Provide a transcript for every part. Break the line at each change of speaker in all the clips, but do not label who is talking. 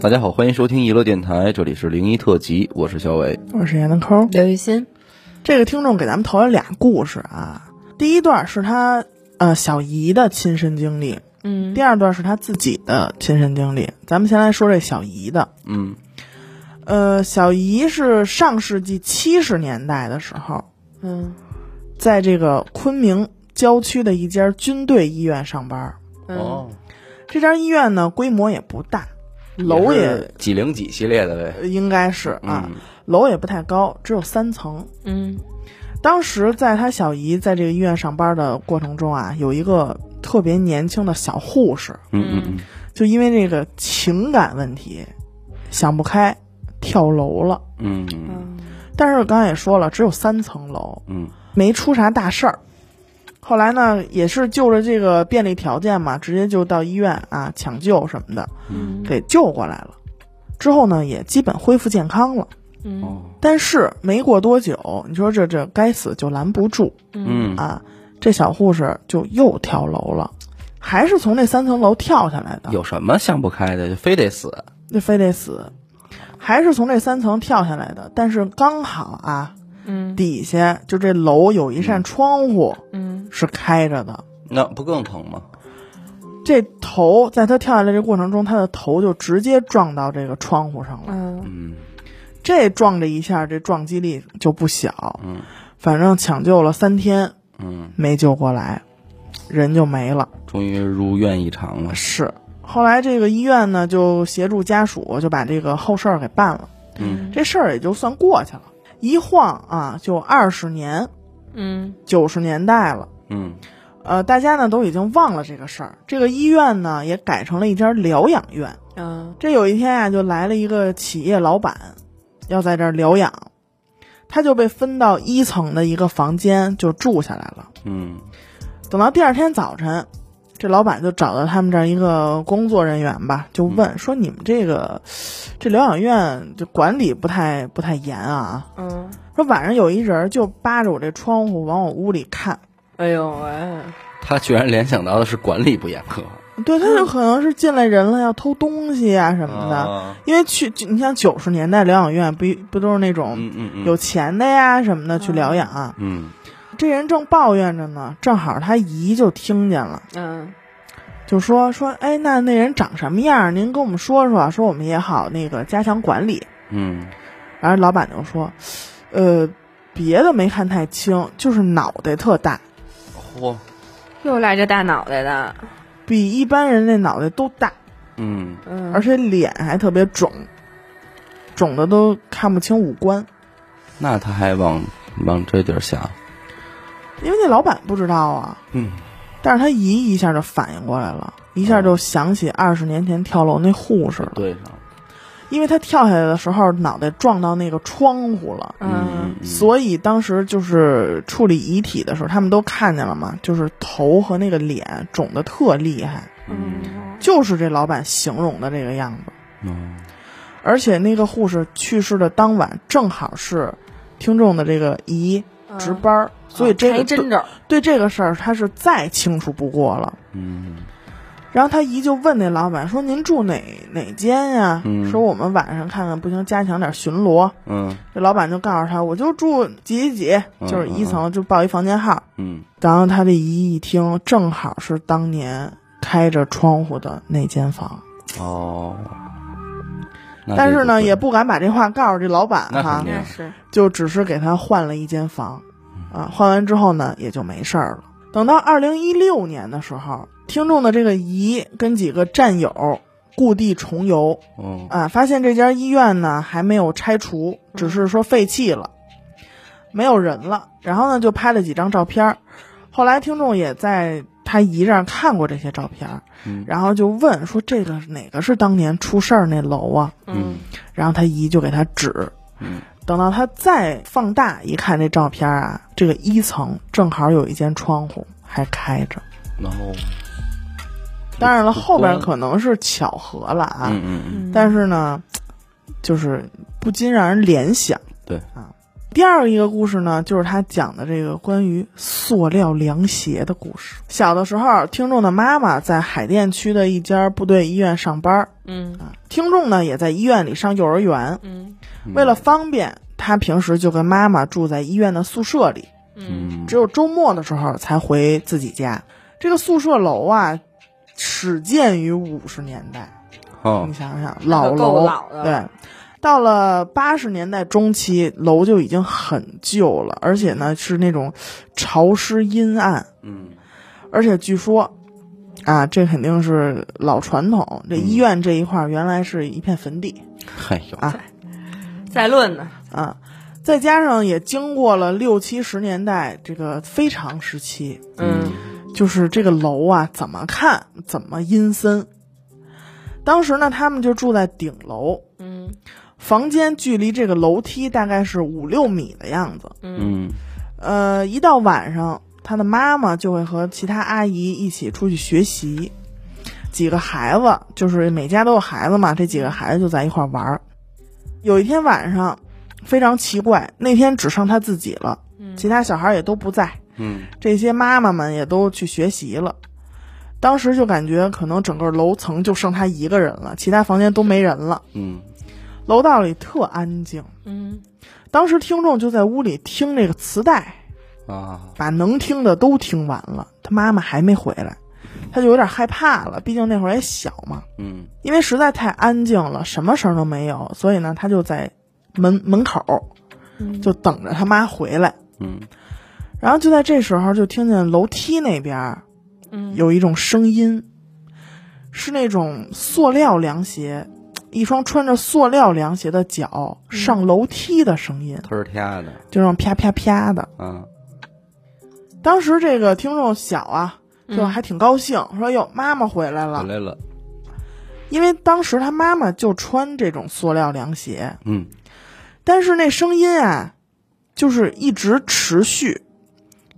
大家好，欢迎收听娱乐电台，这里是零一特辑，我是小伟。
我是闫德抠。
刘雨欣，
这个听众给咱们投了俩故事啊，第一段是他呃小姨的亲身经历，
嗯
第二段是他自己的亲身经历。咱们先来说这小姨的，
嗯
呃，小姨是上世纪七十年代的时候，
嗯
在这个昆明郊区的一家军队医院上班。
嗯，
哦
这家医院呢，规模也不大，楼也
是几零几系列的呗。
呃应该是啊，
嗯
楼也不太高，只有三层。
嗯
当时在他小姨在这个医院上班的过程中啊，有一个特别年轻的小护士，
嗯嗯
就因为这个情感问题想不开，跳楼了。
嗯嗯
嗯
但是刚才也说了，只有三层楼，
嗯
没出啥大事儿。后来呢，也是就着这个便利条件嘛，直接就到医院啊抢救什么的，
嗯
给救过来了。之后呢，也基本恢复健康了。
嗯
嗯
哦
但是没过多久，你说这这该死就拦不住，
嗯
啊，这小护士就又跳楼了，还是从那三层楼跳下来的，
有什么想不开的，就非得死？
那非得死，还是从这三层跳下来的。但是刚好啊，
嗯
底下就这楼有一扇窗户
嗯
是开着的，
那不更疼吗？
这头在他跳下来这过程中，他的头就直接撞到这个窗户上了。
嗯
嗯
这撞这一下，这撞击力就不小，
嗯
反正抢救了三天
嗯，
没救过来，人就没了。
终于如愿以偿了。
是。后来这个医院呢，就协助家属就把这个后事儿给办了，
嗯
这事儿也就算过去了。一晃啊，就二十年，
嗯
九十年代了。
嗯
呃，大家呢都已经忘了这个事儿。这个医院呢也改成了一家疗养院。
啊
这有一天啊，就来了一个企业老板，要在这儿疗养，他就被分到一层的一个房间就住下来了。
嗯
等到第二天早晨，这老板就找到他们这儿一个工作人员吧，就
嗯
问说：“你们这个这疗养院就管理不太不太严啊。
嗯，”
说晚上有一人就扒着我这窗户往我屋里看，
哎呦喂，
他居然联想到的是管理不严格
对，他有可能是进来人了要偷东西啊什么的，
嗯啊
因为去你像九十年代疗养院不不都是那种
嗯嗯嗯，
有钱的呀什么的去疗养啊？
嗯
这人正抱怨着呢，正好他姨就听见了。
嗯
就说说，哎，那那人长什么样儿？您跟我们说说，说我们也好那个加强管理。
嗯
然后老板就说，呃，别的没看太清，就是脑袋特大，
嚯
又来这大脑袋的，
比一般人那脑袋都大，
嗯
嗯，
而且脸还特别肿，肿的都看不清五官。
那他还往往这地儿想，
因为那老板不知道啊，
嗯
但是他姨一下就反应过来了，一下就想起二十年前跳楼那护士了，
对上了，
因为他跳下来的时候脑袋撞到那个窗户了。
嗯
啊所以当时就是处理遗体的时候，他们都看见了嘛，就是头和那个脸肿得特厉害，
嗯
就是这老板形容的这个样子。
嗯
而且那个护士去世的当晚，正好是听众的这个姨值班儿，所以这
嗯哦还
个
真
对
着，
对这个事儿他是再清楚不过了。
嗯
然后他姨就问那老板说：“您住哪哪间呀、
嗯
说我们晚上看看不行，加强点巡逻。
嗯
这老板就告诉他：“我就住几几几，就是一层，就报一房间号。
嗯
然后他这姨一听，正好是当年开着窗户的那间房，
哦，那
但
这
是
就
呢，
对
也不敢把这话告诉这老板
那肯
哈
定，
那是，
就只是给他换了一间房，
嗯
啊，换完之后呢，也就没事儿了。等到二零一六年的时候，听众的这个姨跟几个战友故地重游
哦
啊，发现这家医院呢还没有拆
嗯
除，只是说废弃了，没有人了。然后呢，就拍了几张照片儿。后来听众也在他姨这儿看过这些照片儿，
嗯
然后就问说这个哪个是当年出事儿那楼啊？
嗯
然后他姨就给他指。
嗯
等到他再放大一看这照片儿啊，这个一层正好有一间窗户还开着。
然后
当然了，后边
关
可能是巧合了啊。
嗯嗯嗯
但是呢，就是不禁让人联想。
对
啊，第二一个故事呢，就是他讲的这个关于塑料凉鞋的故事。小的时候，听众的妈妈在海淀区的一家部队医院上班，
嗯
听众呢也在医院里上幼儿园。
嗯
为了方便，他平时就跟妈妈住在医院的宿舍里，
嗯
嗯
只有周末的时候才回自己家。这个宿舍楼啊，始建于五十年代，
哦
你想想，
那
老
都够
楼，
老的
对。到了八十年代中期，楼就已经很旧了，而且呢是那种潮湿阴暗，
嗯
而且据说，啊，这肯定是老传统。
嗯
这医院这一块儿原来是一片坟地，
嗨呦
啊
再论呢，
啊，再加上也经过了六七十年代这个非常时期，
嗯
就是这个楼啊，怎么看怎么阴森。当时呢，他们就住在顶楼，
嗯
房间距离这个楼梯大概是五六米的样子。
嗯
嗯
呃，一到晚上，他的妈妈就会和其他阿姨一起出去学习。几个孩子，就是每家都有孩子嘛，这几个孩子就在一块儿玩儿。有一天晚上，非常奇怪，那天只剩他自己了，
嗯
其他小孩儿也都不在，
嗯
这些妈妈们也都去学习了。当时就感觉可能整个楼层就剩他一个人了，其他房间都没人了，
嗯
楼道里特安静。
嗯
当时听众就在屋里听这个磁带，
啊
把能听的都听完了，他妈妈还没回来，他就有点害怕了，毕竟那会儿也小嘛。
嗯
因为实在太安静了，什么声儿都没有，所以呢，他就在门门口
嗯
就等着他妈回来。
嗯
然后就在这时候，就听见楼梯那边儿
嗯
有一种声音，是那种塑料凉鞋，一双穿着塑料凉鞋的脚
嗯
上楼梯的声音，
忒儿天的
就那种啪啪啪的。
啊
当时这个听众小啊，就
嗯
还挺高兴，说哟，妈妈回来
回
了。
来了
因为当时他妈妈就穿这种塑料凉鞋，
嗯
但是那声音啊，就是一直持续，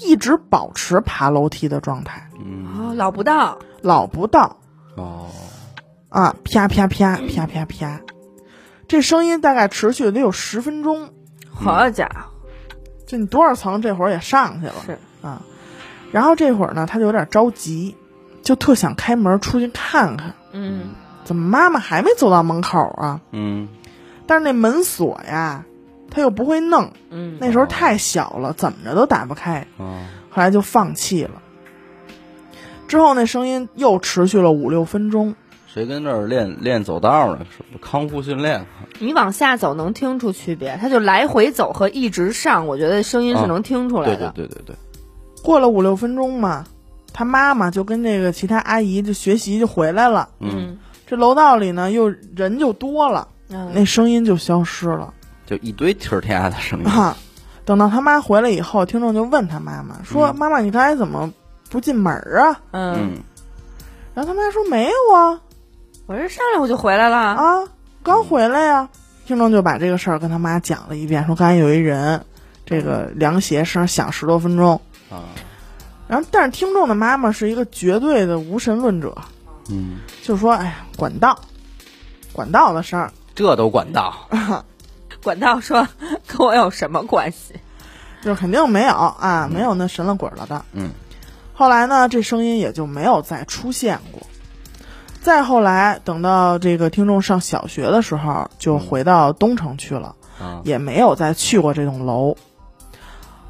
一直保持爬楼梯的状态，
嗯
哦老不到，
老不到
哦
啊，啪啪啪啪啪啪，这声音大概持续得有十分钟，
好家伙，
就你多少层这会儿也上去了
是
啊。然后这会儿呢，他就有点着急，就特想开门出去看看，
嗯
怎么妈妈还没走到门口啊？
嗯
但是那门锁呀，他又不会弄，
嗯
那时候太小了，怎么着都打不开，
哦
后来就放弃了。之后那声音又持续了五六分钟，
谁跟这儿练练走道呢？是不康复训练？
你往下走能听出区别，它就来回走和一直上，我觉得声音是能听出来
对对
的。
对对对，
过了五六分钟嘛，他妈妈就跟这个其他阿姨就学习就回来了。
嗯，
这楼道里呢又人就多了，
嗯
那声音就消失了
就一堆忒儿天的声
嗯
音。
啊。等到他妈回来以后，听众就问他妈妈说：“
嗯
妈妈，你刚才怎么不进门儿啊
嗯，
嗯？”
然后他妈说：“没有啊。”
我这上来我就回来了。
啊，刚回来呀、听众就把这个事儿跟他妈讲了一遍，说刚才有一人，这个凉鞋声响十多分钟。
啊
然后，但是听众的妈妈是一个绝对的无神论者，
嗯，
就说：“哎呀，管道，管道的声儿。
这都管道。
管道说跟我有什么关系？”
就是肯定没有啊，没有那神了鬼了的。
嗯
后来呢，这声音也就没有再出现过。再后来，等到这个听众上小学的时候，就回到东城去了。
啊
也没有再去过这栋楼。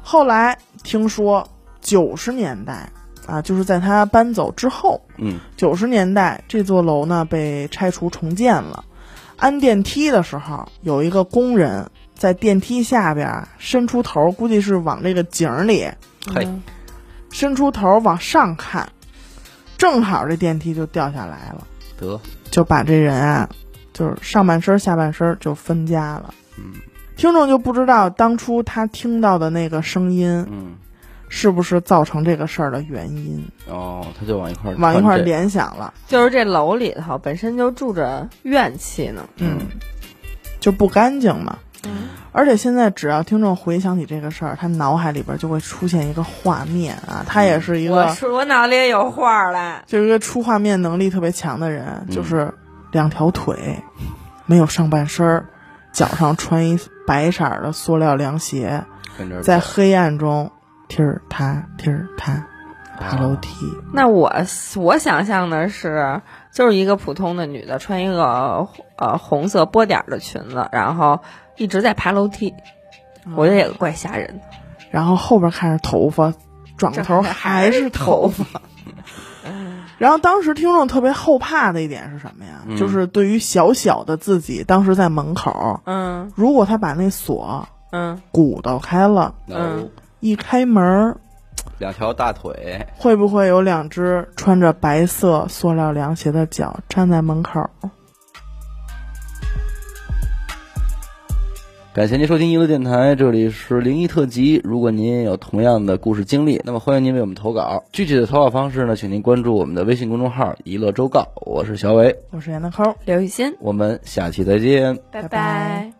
后来听说九十年代啊，就是在他搬走之后，
嗯
九十年代这座楼呢被拆除重建了。安电梯的时候，有一个工人在电梯下边儿伸出头，估计是往这个井儿里
嘿
嗯
伸出头往上看，正好这电梯就掉下来了，
得
就把这人啊，就是上半身儿下半身儿就分家了。
嗯
听众就不知道当初他听到的那个声音
嗯
是不是造成这个事儿的原因，
哦，他就往一块儿
往一块儿
连。
联想了，
就是这楼里头本身就住着怨气呢。
嗯，就不干净嘛。
嗯
而且现在只要听众回想起这个事儿，他脑海里边就会出现一个画面啊，他也是一
嗯我
个
说我脑里也有画了。
就是一个出画面能力特别强的人，
嗯
就是两条腿，没有上半身儿，脚上穿一白色儿的塑料凉鞋，
跟着
在黑暗中踢儿踏踢儿踏爬楼
啊
梯。
那我我想象的是，就是一个普通的女的，穿一个呃红色波点儿的裙子，然后一直在爬楼梯，我觉得也怪吓人的。
然后后边看着头发，转个头
这还
还
是
是
头
头
发
发。然后当时听众特别后怕的一点是什么呀？
嗯
就是对于小小的自己，当时在门口，
嗯
如果他把那锁
嗯，
鼓捣开了，
嗯，
一开门儿，
两条大腿，
会不会有两只穿着白色塑料凉鞋的脚站在门口？
感谢您收听娱乐电台，这里是灵异特辑。如果您也有同样的故事经历，那么欢迎您为我们投稿。具体的投稿方式呢，请您关注我们的微信公众号“娱乐周告”，我是小伟，
我是闫德抠。
刘雨欣，
我们下期再见。
拜
拜拜